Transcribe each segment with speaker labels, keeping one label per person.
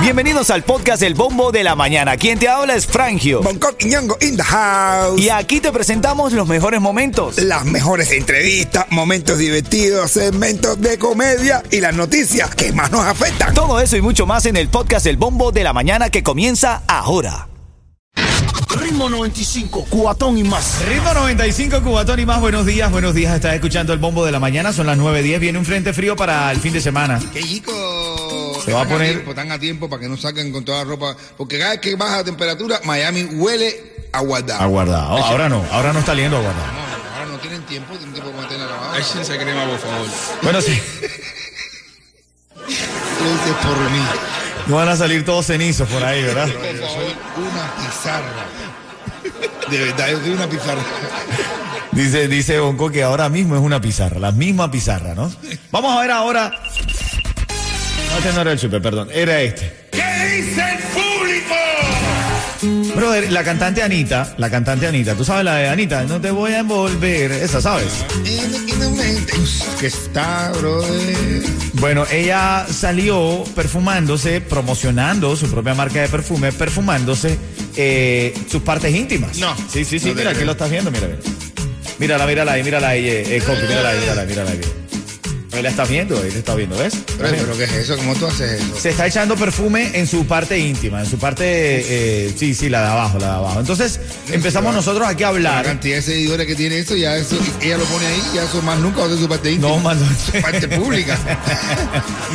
Speaker 1: Bienvenidos al podcast El Bombo de la Mañana. Quien te habla es Frangio.
Speaker 2: Bangkok y Ñongo in the house.
Speaker 1: Y aquí te presentamos los mejores momentos.
Speaker 2: Las mejores entrevistas, momentos divertidos, segmentos de comedia y las noticias que más nos afectan.
Speaker 1: Todo eso y mucho más en el podcast El Bombo de la Mañana que comienza ahora.
Speaker 3: Ritmo 95, cuatón y más.
Speaker 1: Ritmo 95, Cubatón y más. Buenos días, buenos días. Estás escuchando el bombo de la mañana. Son las 9.10. Viene un frente frío para el fin de semana.
Speaker 4: Que chico.
Speaker 1: Se va a poner-
Speaker 4: Tiempo, están a tiempo para que no saquen con toda la ropa. Porque cada vez que baja la temperatura, Miami huele a guardado.
Speaker 1: Aguardado. ahora no, ahora no está liendo aguardado.
Speaker 4: No, ahora no tienen tiempo, tienen tiempo para mantener la lavada.
Speaker 5: Échense crema, por favor.
Speaker 1: Bueno, sí.
Speaker 4: Lo dices por mí.
Speaker 1: No van a salir todos cenizos por ahí, ¿verdad?
Speaker 4: Pero yo soy una pizarra. De verdad, yo soy una pizarra.
Speaker 1: Dice, dice Bonco que ahora mismo es una pizarra, la misma pizarra, ¿no? Vamos a ver ahora. No, este no era el chupe, perdón, era este. ¿Qué dice el público? Brother, la cantante Anita, la cantante Anita, tú sabes la de Anita, no te voy a envolver, esa, ¿sabes?
Speaker 4: En- en el momento Que está, brother.
Speaker 1: Bueno, ella salió perfumándose, promocionando su propia marca de perfume, perfumándose eh, sus partes íntimas.
Speaker 4: No.
Speaker 1: Sí, sí, sí,
Speaker 4: No te
Speaker 1: mira, aquí
Speaker 4: creo.
Speaker 1: lo estás viendo, mira. mira. Mírala, mírala ahí, mírala ahí, eh, eh, compi, mírala ahí, mírala ahí, mírala ahí. Ahí la estás viendo, ahí la estás viendo, ¿ves?
Speaker 4: Pero, pero ¿qué es eso? ¿Cómo tú haces eso?
Speaker 1: Se está echando perfume en su parte íntima, en su parte, eh, sí, sí, la de abajo, la de abajo. Entonces empezamos nosotros aquí a
Speaker 4: La
Speaker 1: hablar.
Speaker 4: cantidad de seguidores que tiene eso, ya eso, ella lo pone ahí, ya eso más nunca va a ser su parte íntima.
Speaker 1: No, más no.
Speaker 4: Su parte pública.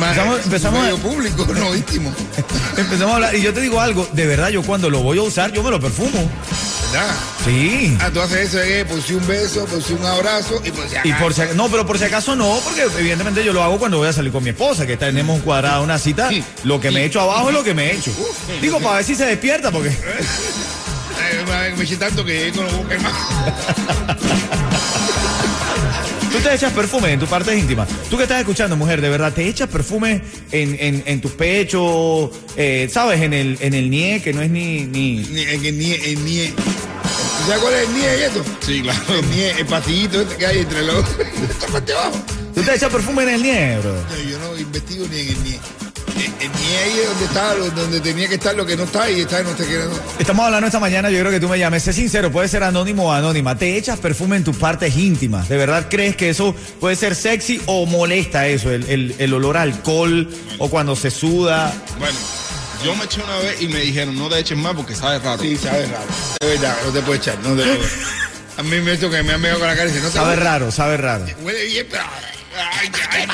Speaker 4: Más
Speaker 1: Empezamos-
Speaker 4: su
Speaker 1: empezamos-
Speaker 4: medio público, no íntimo.
Speaker 1: Empezamos a hablar y yo te digo algo, de verdad, yo cuando lo voy a usar, yo me lo perfumo.
Speaker 4: ¿Verdad?
Speaker 1: Sí.
Speaker 4: Ah, tú haces eso de que por si un beso, por si un abrazo y pues, por si
Speaker 1: Y por
Speaker 4: acaso.
Speaker 1: si ac- no, pero por si acaso no, porque evidentemente yo lo hago cuando voy a salir con mi esposa, que tenemos cuadrada una cita,
Speaker 4: Sí.
Speaker 1: lo que me
Speaker 4: Sí.
Speaker 1: echo abajo es lo que me echo. Digo, para ver si se despierta, porque
Speaker 4: Eh, una vez me eché tanto que no lo busqué más.
Speaker 1: tú te echas perfume en tu parte íntima. Tú que estás escuchando, mujer, de verdad, te echas perfume en, en, en tus pechos, eh, ¿sabes? En el, en el nie, que no es ni... ni...
Speaker 4: Ni, en el nie, en nie. ¿Tú sabes cuál es el nie y esto?
Speaker 5: Sí, claro.
Speaker 4: El nie, el pastillito este que hay entre los. Esta parte abajo.
Speaker 1: Tú te echas perfume en el nie, bro.
Speaker 4: No, Yo no investigo ni en el nie. El- El nie ahí es donde está, lo- donde tenía que estar lo que no está y está y no está quedando.
Speaker 1: Estamos hablando esta mañana, yo creo que tú me llames. Sé sincero, puede ser anónimo o anónima. Te echas perfume en tus partes íntimas. ¿De verdad crees que eso puede ser sexy o molesta eso? El, el- el olor a alcohol o cuando se suda.
Speaker 5: Bueno, yo me eché una vez y me dijeron, no te eches más porque sabe raro.
Speaker 4: Sí, sabe raro. Es verdad, no te puedes echar, no te puedes. A mí me hizo que me han pegado con la cara y dice, no te
Speaker 1: Sabe
Speaker 4: huele.
Speaker 1: raro, sabe raro.
Speaker 4: Huele bien, pero. Ay, ay, no.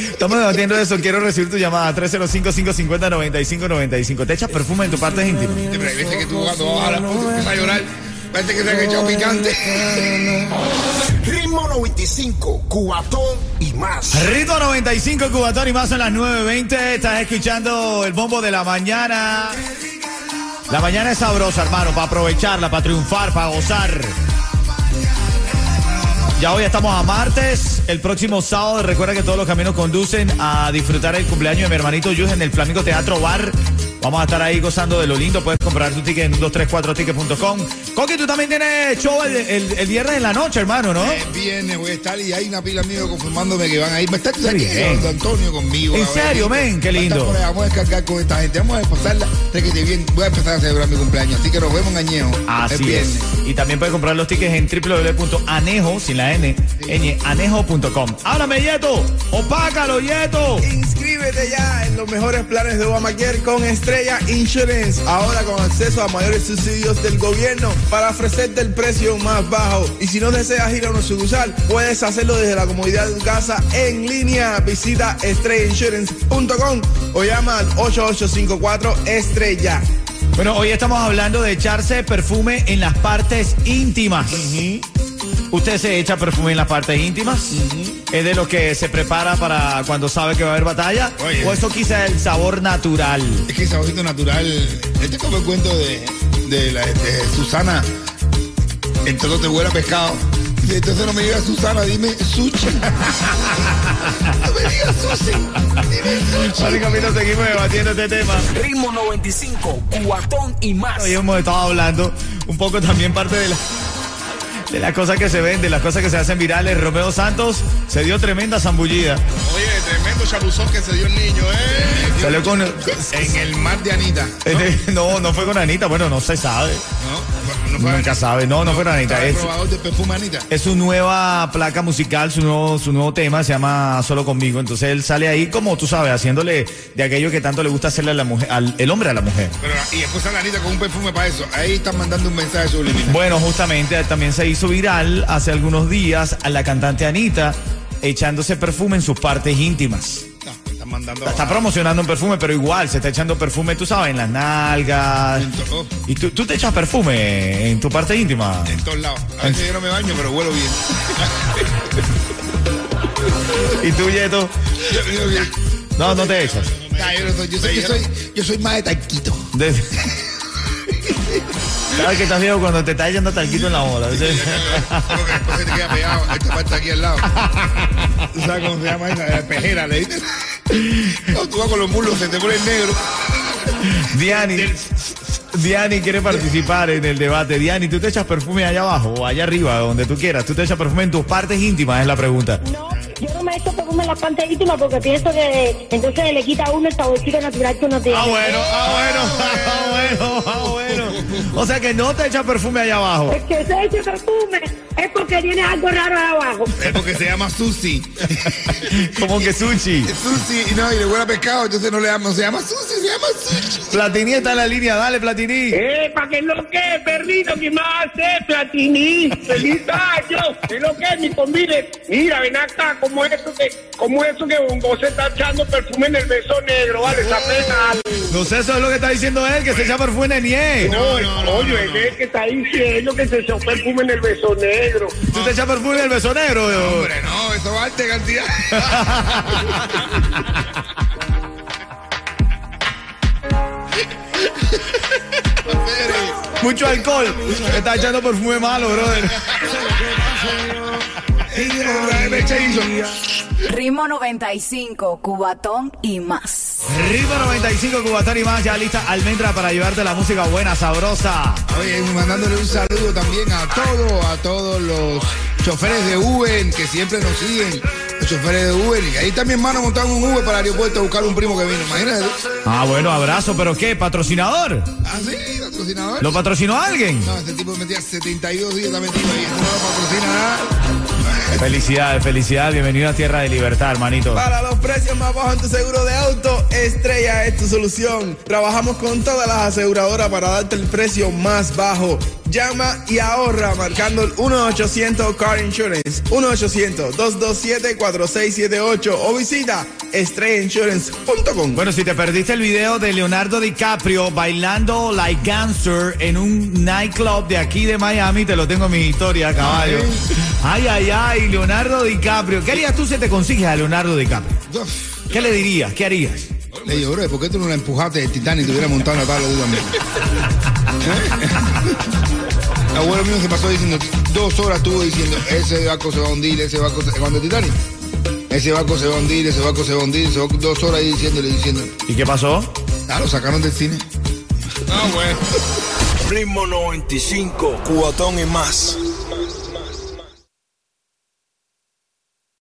Speaker 1: Estamos debatiendo eso. Quiero recibir tu llamada. 305-550-9595. ¿Te echas perfume en tus partes íntimas?
Speaker 4: Pero hay veces que tú cuando vas a la foto empiezas a llorar. Parece que se han echado picante.
Speaker 3: Ritmo 95, cuatón y más.
Speaker 1: Rito 95, Cubatón y más en las 9.20. Estás escuchando el bombo de la mañana. La mañana es sabrosa, hermano, para aprovecharla, para triunfar, para gozar. Ya hoy estamos a martes. El próximo sábado, recuerda que todos los caminos conducen a disfrutar el cumpleaños de mi hermanito Yus en el Flamenco Teatro Bar. Vamos a estar ahí gozando de lo lindo. Puedes comprar tu ticket en 234ticket.com. Coqui, tú también tienes show el, el- el viernes en la noche, hermano, ¿no?
Speaker 4: El viernes voy a estar y hay una pila mío confirmándome que van a ir. Va a estar
Speaker 1: Qué
Speaker 4: aquí
Speaker 1: bien.
Speaker 4: Eduardo Antonio conmigo.
Speaker 1: ¿En
Speaker 4: a ver,
Speaker 1: serio, men? Qué
Speaker 4: va a estar
Speaker 1: lindo.
Speaker 4: por ahí, Vamos a descargar con esta gente. Vamos a pasarla. Requete bien. Voy a empezar a celebrar mi cumpleaños. Así que nos vemos en Añejo. el
Speaker 1: Así
Speaker 4: viernes.
Speaker 1: es. Y también puedes comprar los tickets en www.anejo, sin la N, ñ, anejo.com. Háblame, Yeto. Opácalo, Yeto.
Speaker 6: Inscríbete ya en los mejores planes de Obamacare con Estrella Insurance. Ahora con acceso a mayores subsidios del gobierno para ofrecerte el precio más bajo. Y si no deseas ir a una sucursal, puedes hacerlo desde la comodidad de tu casa en línea. Visita estrellainsurance.com o llama al 8854 Estrella.
Speaker 1: Bueno, hoy estamos hablando de echarse perfume en las partes íntimas. ¿Usted se echa perfume en las partes íntimas? ¿Es de lo que se prepara para cuando sabe que va a haber batalla?
Speaker 4: Oye.
Speaker 1: ¿O eso quizá es el sabor natural?
Speaker 4: Es que saborcito natural. Este es como el cuento de, de, la, de Susana. Entonces te huele a pescado. Y entonces no me digas Susana, dime sushi. no me digas sushi. Dime sushi.
Speaker 1: Básicamente seguimos debatiendo este tema.
Speaker 3: Ritmo 95, cuatón y más.
Speaker 1: Hoy hemos estado hablando un poco también parte de, la- de las cosas que se ven, de las cosas que se hacen virales. Romeo Santos se dio tremenda zambullida.
Speaker 5: Oye, tremendo chapuzón que se dio el niño, ¿eh?
Speaker 1: Salió con. Eh,
Speaker 5: En el mar de Anita.
Speaker 1: No, no fue con Anita. Bueno, no se sabe.
Speaker 5: No, no fue
Speaker 1: Nunca sabe. No, no fue con Anita.
Speaker 5: Estaba el
Speaker 1: Es,
Speaker 5: probador de perfume Anita.
Speaker 1: es su nueva placa musical, su nuevo, su nuevo tema, se llama Solo conmigo. Entonces él sale ahí, como tú sabes, haciéndole de aquello que tanto le gusta hacerle a la mujer, al el hombre a la mujer.
Speaker 5: Pero, y después sale Anita con un perfume para eso. Ahí están mandando un mensaje subliminal.
Speaker 1: Bueno, justamente también se hizo viral hace algunos días a la cantante Anita echándose perfume en sus partes íntimas.
Speaker 5: No, están mandando.
Speaker 1: Está promocionando un perfume, pero igual se está echando perfume, tú sabes, en las nalgas.
Speaker 5: Oh.
Speaker 1: ¿Y tú, tú te echas perfume en tu parte íntima?
Speaker 5: En todos lados. A veces yo no me baño, pero huelo bien.
Speaker 1: ¿Y tú, Yeto?
Speaker 5: Yo, yo- yo-
Speaker 1: No, no te echas.
Speaker 5: Nah, yo no soy- yo soy- yo soy- yo soy más de taquito.
Speaker 1: De- ¿Sabes que estás viejo cuando te estás echando talquito en la bola?
Speaker 5: Porque después se te queda pegado. Esta parte aquí al lado. ¿Tú sabes cómo se llama esa? La pejera, le dicen. No, tú vas con los mulos, se te pone negro.
Speaker 1: Diani, Diani quiere participar en el debate. Diani, ¿tú te echas perfume allá abajo o allá arriba, donde tú quieras? ¿Tú te echas perfume en tus partes íntimas? Es la pregunta.
Speaker 7: No, yo no me echo perfume en las partes íntimas porque pienso que entonces le quita a uno el saborcito natural que uno tiene.
Speaker 1: Ah, bueno, ah, bueno, ah, bueno, ah, bueno. O sea que no te echas perfume allá abajo.
Speaker 7: El que se eche perfume es porque tiene algo raro ahí abajo.
Speaker 5: Es porque se llama Susi.
Speaker 1: Como que sushi.
Speaker 5: Susi, y no, y le huele a pescado, entonces no le llama, no se llama Susi, se llama Sushi.
Speaker 1: Platini está en la línea, dale, Platini.
Speaker 8: ¡Eh, para que lo que, perrito, que más hace, Platini! ¡Feliz año! ¿Qué lo que es, mi combine? Mira, ven acá, como eso que, como eso que Bongo se está echando perfume en el beso negro, vale, esa pena.
Speaker 1: No sé, eso es lo que está diciendo él, que se echa perfume en nie.
Speaker 8: No, no, no, Oye, es el que está diciendo que se echó perfume en el beso negro.
Speaker 1: ¿Tú te echas perfume en el eh, beso negro?
Speaker 5: Hombre, no, eso va arte cantidad.
Speaker 1: Mucho alcohol. Está echando perfume malo, brother.
Speaker 9: Ritmo 95, Cubatón y más.
Speaker 1: Ritmo 95, Cubatón y más, ya lista almendra para llevarte la música buena, sabrosa.
Speaker 5: Oye, mandándole un saludo también a todos, a todos los choferes de Uber que siempre nos siguen. Los choferes de Uber. Y ahí también hermano montaron un Uber para el aeropuerto a buscar un primo que vino. Imagínate.
Speaker 1: Ah, bueno, abrazo, pero ¿qué? ¿Patrocinador?
Speaker 5: Ah, sí, patrocinador.
Speaker 1: ¿Lo patrocinó alguien?
Speaker 5: No, este tipo metía 72 días, está metido ahí. Este no lo patrocina
Speaker 6: ¿ah?
Speaker 5: nada.
Speaker 1: Felicidades, felicidades, bienvenido a Tierra de Libertad, hermanito.
Speaker 6: Para los precios más bajos en tu seguro de auto, Estrella es tu solución. Trabajamos con todas las aseguradoras para darte el precio más bajo. Llama y ahorra marcando el 1-800 Car Insurance, 1-800-227-4678 o visita estrellainsurance.com.
Speaker 1: Bueno, si te perdiste el video de Leonardo DiCaprio bailando like gangster en un nightclub de aquí de Miami, te lo tengo en mi historia, caballo. Ay, ay, ay, Leonardo DiCaprio. ¿Qué harías tú si te consigues a Leonardo DiCaprio?
Speaker 5: Uf.
Speaker 1: ¿Qué le dirías? ¿Qué harías?
Speaker 5: Le digo, bro, ¿por qué tú no la empujaste del Titanic y te hubieras montado en la tabla tú también? ¿Eh? Abuelo mío se pasó diciendo, dos horas estuvo diciendo, ese barco se va a hundir, ese barco se... ¿Cuándo el Titanic? Ese barco se va a hundir, ese barco se va a hundir, ese barco- dos horas ahí diciéndole, diciendo,
Speaker 1: ¿Y qué pasó?
Speaker 5: ah, lo sacaron del cine.
Speaker 3: Ritmo 95, cuatón y más.